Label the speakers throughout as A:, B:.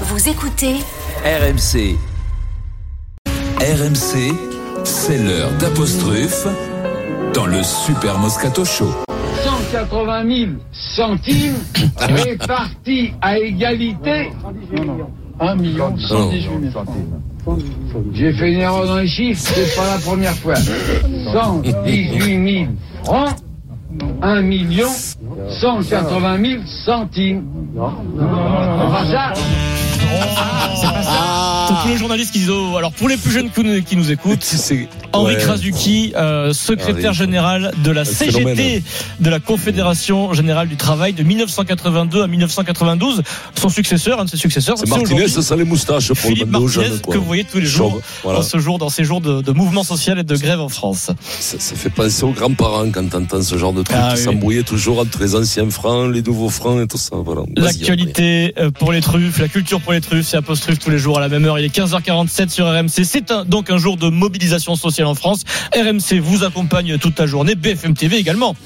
A: Vous écoutez
B: RMC. RMC, c'est l'heure d'apostrophe dans le Super Moscato Show.
C: 180 000 centimes répartis à égalité. 1 million 118 000 centimes. J'ai fait une erreur dans les chiffres, c'est pas la première fois. 118 000 francs, 1 million 180 000 centimes. Enfin ça,
D: Donc le journaliste qui dit oh, alors pour les plus jeunes qui nous- qui nous écoutent, Henri
E: Ouais.
D: Krasuki, euh, secrétaire
E: Henri.
D: général de la
E: phénomène.
D: CGT, de la Confédération Générale du Travail de 1982 à 1992. Son successeur, un de ses successeurs,
E: C'est
D: c'est
E: Martinez,
D: aujourd'hui
E: ça sent les moustaches pour le
D: Philippe
E: bandeau
D: Martinez,
E: jeune. Quoi.
D: que vous voyez tous les jours
E: Chauve, voilà.
D: dans, ce jour, dans ces jours de, de mouvement social et de grève en France.
E: ça, ça fait penser aux grands-parents quand t'entends ce genre de truc
D: Ah,
E: qui
D: oui.
E: s'embrouillait toujours entre les anciens francs, les nouveaux francs et tout ça. Voilà. Vas-y,
D: L'actualité euh, pour les truffes, la culture pour les truffes, c'est Apostruffe tous les jours à la même heure. Il est 15h47 sur RMC. C'est un- donc un jour de mobilisation sociale en France. RMC vous accompagne toute la journée, BFM TV également.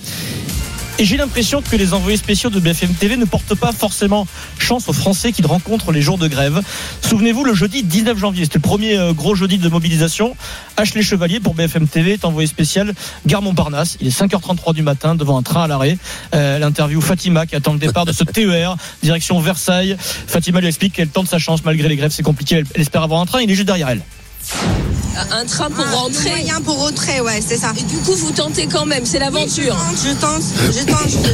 D: Et j'ai l'impression que les envoyés spéciaux de BFM TV ne portent pas forcément chance aux Français qu'ils rencontrent les jours de grève. Souvenez-vous, le jeudi 19 janvier, c'était le premier euh, gros jeudi de mobilisation. Ashley Chevalier pour BFM TV est envoyé spécial Gare Montparnasse. Il est 5h33 du matin devant un train à l'arrêt. Euh, elle interview Fatima qui attend le départ de ce TER direction Versailles. Fatima lui explique qu'elle tente sa chance malgré les grèves, c'est compliqué. Elle, elle espère avoir un train, il est juste derrière elle.
F: un train pour
G: Ah, le
F: rentrer.
G: moyen pour rentrer, ouais, c'est ça.
F: Et du coup, vous tentez quand même, c'est l'aventure.
G: Je tente, je tente, je tente,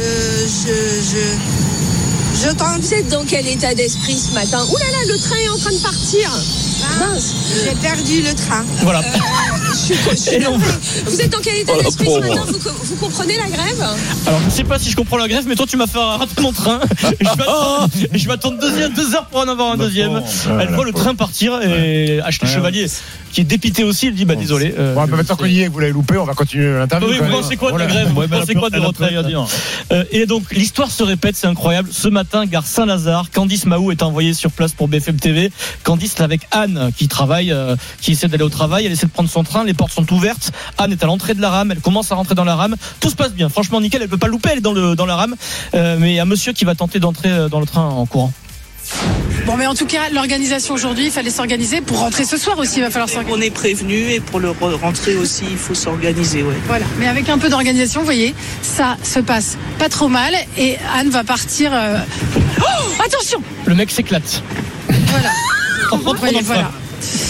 G: je, je, je tente.
F: Vous êtes dans quel état d'esprit ce matin Ouh là là, le train est en train de partir. Mince,
G: J'ai perdu le train.
D: Voilà.
F: je suis- je suis
D: Et non.
F: navrée. Vous êtes dans quel état
E: Oh, la
F: d'esprit ce
E: pauvre.
F: matin vous, co- vous comprenez la grève
D: Alors je ne sais pas si je comprends la grève, mais toi tu m'as fait rater mon train. Je m'attends- Je m'attends deux, heures- deux heures pour en avoir un deuxième. Elle voit le train partir et Ashley Chevalier, qui est dépité aussi, elle dit bah désolé. euh,
H: Bon, mais maintenant qu'on y est, vous l'avez loupé, on va continuer l'interview.
D: Ah, Oui,
H: quand
D: vous
H: même.
D: pensez quoi de la grève Vous pensez quoi de retraite
H: hein.
D: Euh, Et donc, l'histoire se répète, c'est incroyable. Ce matin, gare Saint-Lazare, Candice Mahou est envoyée sur place pour BFM TV. Candice, là, avec Anne, qui travaille, euh, qui essaie d'aller au travail. Elle essaie de prendre son train, les portes sont ouvertes. Anne est à l'entrée de la rame, elle commence à rentrer dans la rame. Tout se passe bien, franchement, nickel, elle peut pas louper, elle est dans, le, dans la rame. Euh, mais il y a un monsieur qui va tenter d'entrer euh, dans le train en courant.
I: Bon, mais en tout cas, l'organisation aujourd'hui, il fallait s'organiser pour rentrer ce soir aussi. Il va falloir s'organiser.
J: On est prévenu et pour le re- rentrer aussi, il faut s'organiser. Ouais.
I: Voilà. Mais avec un peu d'organisation, vous voyez, ça se passe pas trop mal. Et Anne va partir. euh, Oh, attention
D: Le mec s'éclate.
I: Voilà.
D: En rentrant
I: Vous voyez,
D: dans le train.
I: voilà.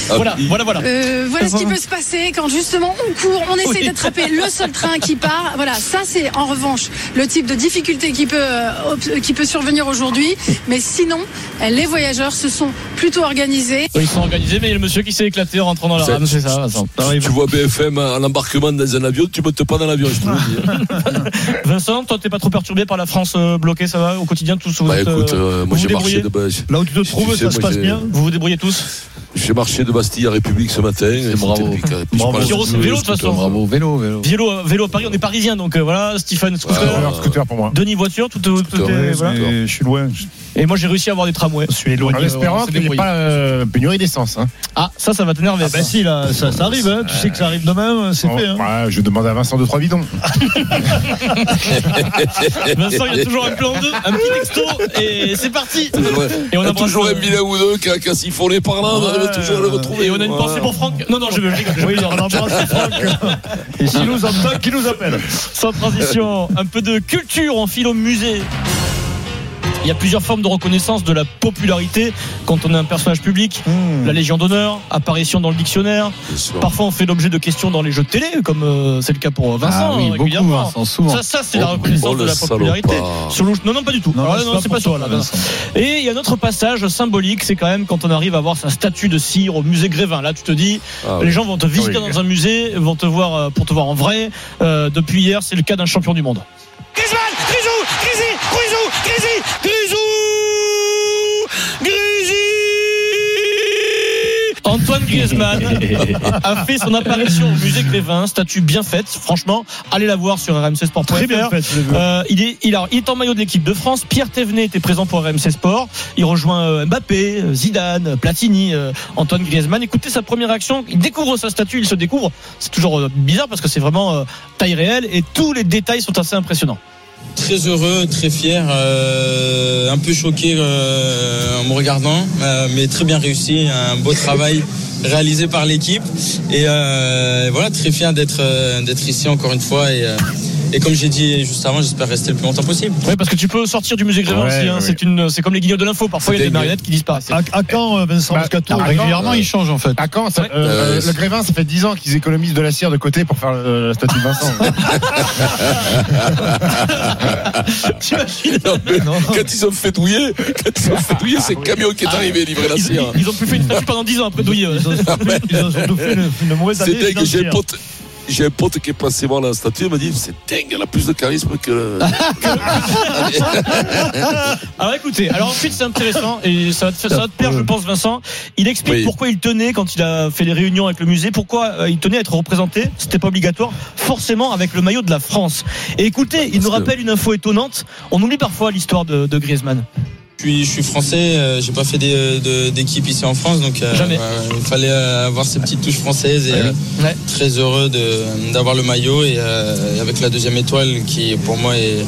E: Ah,
D: Voilà,
E: il-
D: voilà, voilà.
I: Euh, voilà ce qui peut se passer quand justement on court, on essaie
D: Oui.
I: d'attraper le seul train qui part. Voilà, ça c'est en revanche le type de difficulté qui peut, euh, ob- qui peut survenir aujourd'hui. Mais sinon, euh, les voyageurs se sont plutôt organisés.
D: Ils sont organisés, mais il y a le monsieur qui s'est éclaté en rentrant dans la
E: C'est-
D: rame, c'est ça, Vincent.
E: Tu- tu vois BFM à l'embarquement dans un avion, tu montes pas dans l'avion, je te le dis. hein.
D: Vincent, toi, t'es pas trop perturbé par la France euh, bloquée, ça va au quotidien tous vous
E: Bah
D: êtes,
E: écoute,
D: euh,
E: euh,
D: vous
E: moi j'ai
D: vous
E: marché
D: débrouillez
E: de Bastille.
D: Là où tu te
E: tu trouves, sais, ça se moi, passe j'ai- bien
D: Vous vous débrouillez tous
E: J'ai marché de Bastille à République ce matin. et c'était
K: bravo.
E: impeccable. Je
K: Bravo.
E: parle-
D: Giro, c'est vélo de toute façon.
K: Bravo, Ah, vélo, vélo.
D: Vélo, euh, vélo à Paris, on est parisiens, donc euh, voilà,
E: Bah,
D: Stephen, scooter.
H: Scooter, scooter pour moi.
D: Denis, voiture, tout, tout- tout
E: Scooter,
D: est-
E: ouais,
D: euh, voilà.
E: scooter.
K: Je suis loin.
D: Et moi, j'ai réussi à avoir des tramways.
K: suis éloigné.
H: En espérant qu'il n'y ait pas euh, pénurie d'essence. Hein.
D: Ah, ça, ça va t'énerver.
K: Ah bah
D: si, là, ça, arrive, hein. tu sais que ça arrive demain, hein, c'est
H: Bon, bah, je demande à Vincent de trois bidons.
D: Vincent, il y a toujours un plan 2, un petit texto, et c'est parti.
E: Ouais.
D: Et on
E: Il y a
D: embrasse,
E: toujours
D: euh,
E: un bilan ou deux qui a, qui a siphonné par là, on arrive toujours à le retrouver.
D: Et on a une pensée pour Franck. Non, non, je veux
K: Et s'il nous entend, qui nous appelle
D: Sans transition, un peu de culture, on file au musée. Il y a plusieurs formes de reconnaissance de la popularité quand on est un personnage public.
K: Hmm.
D: La Légion d'honneur, apparition dans le dictionnaire.
E: Bien sûr.
D: Parfois, on fait l'objet de questions dans les jeux de télé, comme euh, c'est le cas pour Vincent.
K: Ah oui, beaucoup,
D: régulièrement.
K: Vincent, souvent.
D: Ça, ça c'est la
E: Oh,
D: reconnaissance
E: oh,
D: de
E: le
D: la popularité.
E: salopard.
D: Sur l'ouche- non, non, pas du tout. Alors là, non, c'est pas sur là, Vincent. Et il y a un autre passage symbolique, c'est quand même quand on arrive à voir sa statue de cire au musée Grévin. Là, tu te dis,
E: Ah
D: les
E: oui.
D: gens vont te visiter
H: Oui.
D: dans un musée, vont te voir euh, pour te voir en vrai. Euh, depuis hier, c'est le cas d'un champion du monde. Antoine Griezmann a fait son apparition au musée Grévin, statue bien faite, franchement, allez la voir sur rmcsport.fr. Euh, il, est, il, a- il est en maillot de l'équipe de France, Pierre Thévenet était présent pour RMC Sport, il rejoint euh, Mbappé, euh, Zidane, Platini, euh, Antoine Griezmann. Écoutez sa première réaction, il découvre sa statue, il se découvre, c'est toujours euh, bizarre parce que c'est vraiment euh, taille réelle et tous les détails sont assez impressionnants.
A: Très heureux, très fier, euh, un peu choqué euh, en me regardant, euh, mais très bien réussi, un beau travail réalisé par l'équipe. Et euh, voilà, très fier d'être euh, d'être ici encore une fois. Et, euh, et comme j'ai dit juste avant, j'espère rester le plus longtemps possible.
D: Oui, parce que tu peux sortir du musée Grévin
A: Ouais,
D: aussi. hein.
A: ouais.
D: C'est une, c'est comme les guignols de l'info. Parfois, il y a des
A: C'était-
D: marionnettes qui disparaissent.
K: À, à quand euh, Vincent
H: Bah,
K: Moscato
H: à quand,
K: Régulièrement,
H: euh,
K: il change en fait.
H: À quand ça-
K: Ouais.
H: euh,
K: Euh,
H: Le Grévin, ça fait 10 ans qu'ils économisent de la cire de côté pour faire euh, la statue de Vincent.
E: Non, mais Quand ils ont fait douiller, quand ils ont fait douiller, c'est le camion qui est
D: Ah,
E: arrivé livrer
A: Bah,
E: la
D: Ils-
E: cire.
D: Ils, ils ont plus fait une statue pendant 10 ans après Douillet. ouais.
E: C'est dingue, j'ai un pote. J'ai un pote qui est passé voir la statue, il m'a dit c'est dingue, elle a plus de charisme que.
D: Alors écoutez, alors ensuite c'est intéressant et ça va, te, ça va te plaire, je pense, Vincent. Il explique pourquoi il tenait quand il a fait les réunions avec le musée, pourquoi euh, il tenait à être représenté. C'était pas obligatoire, forcément avec le maillot de la France. Et écoutez, il nous rappelle une info étonnante. On oublie parfois l'histoire de, de Griezmann.
A: Je suis, je suis français, euh, j'ai pas fait des- de- d'équipe ici en France, donc euh,
D: Jamais.
A: ouais, il fallait euh, avoir ces petites touches françaises et euh, très heureux de- d'avoir le maillot et euh, avec la deuxième étoile qui pour moi est,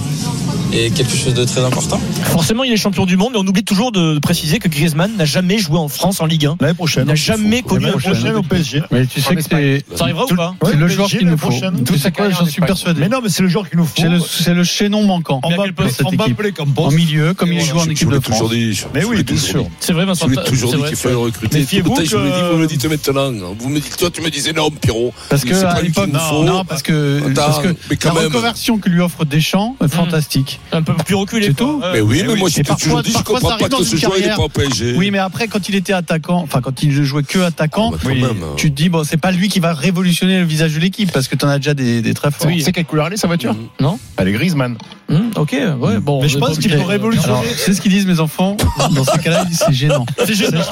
A: est quelque chose de très important.
D: Forcément, il est champion du monde, mais on oublie toujours de, de préciser que Griezmann n'a jamais joué en France en Ligue 1.
K: L'année prochaine.
D: Il n'a jamais connu un prochaine au PSG.
K: Mais tu sais que c'est.
D: Ça arrivera ou pas
K: C'est le joueur qu'il nous faut. Tu sais quoi, j'en suis persuadé.
D: Mais non, mais c'est le joueur qu'il nous faut. euh,
K: C'est le, c'est le chaînon manquant.
D: Mais à
K: En bas,
D: quel poste
K: cette
D: En bas,
K: équipe.
D: Pelé, comme poste.
K: En milieu, comme il
D: Et
K: joue
D: voilà.
K: en
D: Je- je
K: équipe
D: vous
K: de
D: l'ai
K: France.
D: toujours dit,
K: Mais oui, bien sûr.
D: C'est vrai, Vincent.
E: Je vous
D: t'as-
E: l'ai toujours
D: c'est
E: dit
D: vrai,
E: qu'il fallait
D: c'est
E: le
D: vrai.
E: recruter.
D: Méfiez-vous
E: Pourtant, je
D: que-
E: me dis, vous me le dites maintenant. Vous me dites, toi, tu me disais non, Pierrot.
K: Parce que
E: C'est
K: à
E: pas lui qu'il
K: l'époque,
E: nous
K: non,
E: faut.
K: non, parce que,
E: Attends,
K: parce que
E: mais quand
K: la
E: même.
K: reconversion que lui offre Deschamps est fantastique.
D: Ah, Un peu plus reculé.
K: C'est tout.
E: Mais oui, mais moi,
K: Et
E: j'ai toujours
K: parfois-
E: dit, je
K: parfois, ça
E: comprends pas
K: arrive
E: que
K: dans
E: ce
K: une
E: joueur, il est
K: carrière.
E: pas au PSG.
K: Oui, mais après, quand il était attaquant, enfin, quand il ne jouait que attaquant,
E: Ah, bah, quand
K: oui,
E: même. hein.
K: tu te dis, bon, c'est pas lui qui va révolutionner le visage de l'équipe parce que t'en as déjà des, des très forts.
H: Tu sais quelle couleur elle est sa voiture
D: Non
H: Elle est Mhm. Griezmann.
D: Hmm, ok, ouais, bon.
K: Mais je pense qu'il faut révolutionner. C'est ce qu'ils disent mes enfants. Dans ce cas-là, ils disent, c'est gênant.
D: C'est gênant.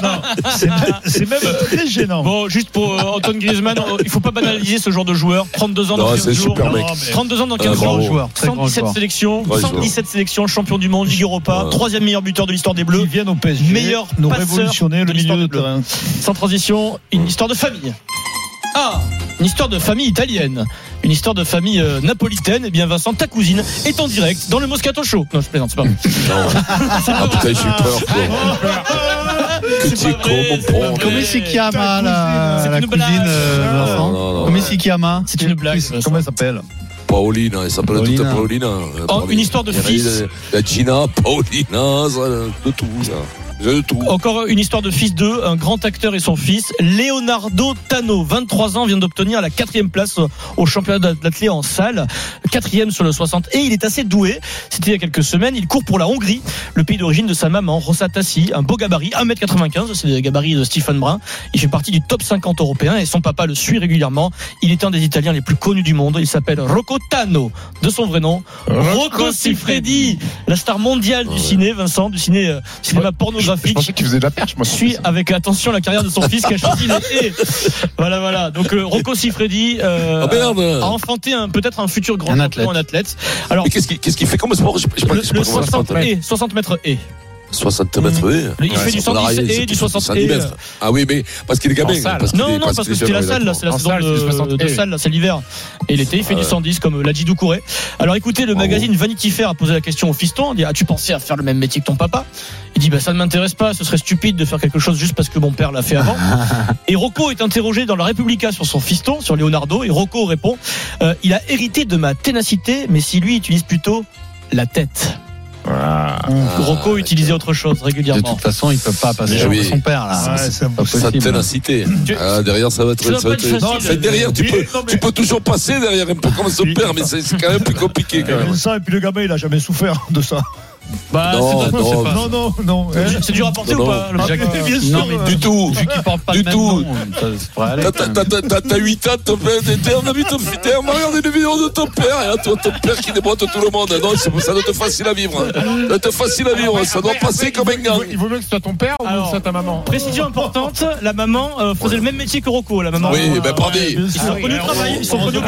K: C'est- C'est même très gênant.
D: Bon, juste pour euh, Antoine Griezmann, euh, il faut pas banaliser ce genre de joueur. 32 ans dans
E: Non,
D: 15
E: c'est
D: jours.
E: super mec.
D: 32 ans dans
E: Un
D: 15
E: grand
D: jours.
E: joueur,
K: très grand
D: 117
K: joueur.
D: sélections,
E: Grand joueur.
D: 117 sélections, champion du monde, Ligue Europa, troisième meilleur buteur de l'histoire des Bleus.
K: viennent au PSG.
D: Meilleur
K: nous
D: passeur
K: révolutionner
D: de
K: le
D: l'histoire
K: milieu de
D: des Bleus.
K: terrain.
D: Sans transition, une histoire de famille. Ah, une histoire de famille italienne, une histoire de famille euh, napolitaine. Eh bien, Vincent, ta cousine est en direct dans le Moscato Show. Non, je plaisante, c'est pas. vrai.
E: Ah putain, j'ai eu peur, quoi. Que tu es con, mon pauvre.
K: Comment c'est qu'il y a ma-
D: C'est
K: la, la
D: une blague.
K: cousine euh, Vincent
E: Non, non, non.
K: Comment c'est qu'il y a ma
D: C'est une blague. Vincent.
K: Comment elle s'appelle
E: Paolina, elle s'appelle toute
K: Paolina.
E: Paolina.
D: Oh, une histoire de
E: Euh, Il y en a
D: fils.
E: eu La Gina, Paolina, ça, de tout. ça. De tout.
D: Encore une histoire de fils d'eux, un grand acteur et son fils, Leonardo Tano, 23 ans, vient d'obtenir la quatrième place au championnat d'athlètes en salle, quatrième sur le 60, et il est assez doué. C'était il y a quelques semaines, il court pour la Hongrie, le pays d'origine de sa maman, Rosa Tassi, un beau gabarit, 1m95, c'est le gabarit de Stephen Brun. Il fait partie du top 50 européen et son papa le suit régulièrement. Il est un des Italiens les plus connus du monde, il s'appelle Rocco Tano, de son vrai nom, Rocco Siffredi, la star mondiale du ciné, Vincent, du ciné, euh, cinéma
H: Je
D: pornographique
H: pensais qu'il faisait de la perche, moi.
D: suit avec attention la carrière de son fils qui a choisi le et. Voilà, voilà. Donc euh, Rocco Siffredi euh,
E: Ah, merde.
D: a enfanté un- peut-être un futur grand
K: Un
D: champion,
K: athlète.
D: un athlète. Alors
E: Mais qu'est-ce qu'il qu'est-ce qu'il fait comme sport Je je sais
D: le,
E: pas je sais pas
D: le
E: comment ça
D: 60
E: s'appelle.
D: et 60 mètres et.
E: 60 mètres, oui.
D: Il fait du 110 et du 60 et, euh,
E: Ah oui, mais parce qu'il est gamin. parce qu'il est-
D: Ah, Non, non, parce que
E: qu'il est
D: c'était la
E: jeune,
D: salle, là, c'est la
H: En
D: saison
H: salle, c'est du
D: de,
H: 60
D: de
H: et.
D: salle, là, c'est l'hiver. Et l'été, il fait
E: Ah
D: du
E: ouais. Ah
D: 110, comme l'a dit Doucouré. Alors écoutez, le
E: Bravo.
D: magazine Vanity Fair a posé la question au fiston. Il dit, as-tu pensé à faire le même métier que ton papa Il dit, bah, ça ne m'intéresse pas, ce serait stupide de faire quelque chose juste parce que mon père l'a fait avant. et Rocco est interrogé dans la Repubblica sur son fiston, sur Leonardo, et Rocco répond, euh, il a hérité de ma ténacité, mais si lui utilise plutôt la tête.
E: Ah.
D: Rocco utilisait autre chose
K: De
D: régulièrement.
K: toute façon, il peut pas passer
E: Mais
K: sur
E: oui.
K: son père
D: Ah,
K: là.
H: Ouais, c'est
K: pas
E: Sa
K: possible.
E: ténacité.
D: Tu-
E: Ah, derrière, ça va être.
D: Ça va
E: ça va
D: pas
E: être-
D: être facile.
E: Enfin, derrière, tu
K: Oui,
E: peux,
K: non, mais-
E: tu peux toujours passer derrière un peu comme son père, mais c'est c'est quand même plus compliqué quand même.
K: ça, et puis le gamin, il a jamais souffert de ça.
D: Bah,
E: Non,
D: c'est pas-
E: non,
D: c'est pas-
E: non,
K: non, non. Eh Ah,
D: C'est dur à porter
E: Non,
D: ou pas le-
K: Non, mais
E: Du tout.
K: Vu qu'il porte pas
E: Du
K: le même
E: tout.
K: nom, ça devrait aller.
E: T'as- t'as- t'as- T'as t'as 8 ans, ton père était on a vu ton fils, on va regarder les vidéos de ton père, et là, toi, ton père qui déboîte tout le monde. Non, c'est- ça doit te facile à vivre. hein. Ça doit te facile à vivre, ça doit passer comme un gang.
H: Il vaut mieux que ce soit ton père ou
D: Alors,
H: que ce soit ta maman
D: Précision importante, la maman euh, faisait le même métier que Rocco, la maman.
E: Oui, ben,
D: Euh,
E: pardi.
K: Ah,
D: Ils sont venus au travail, ils sont venus au bureau.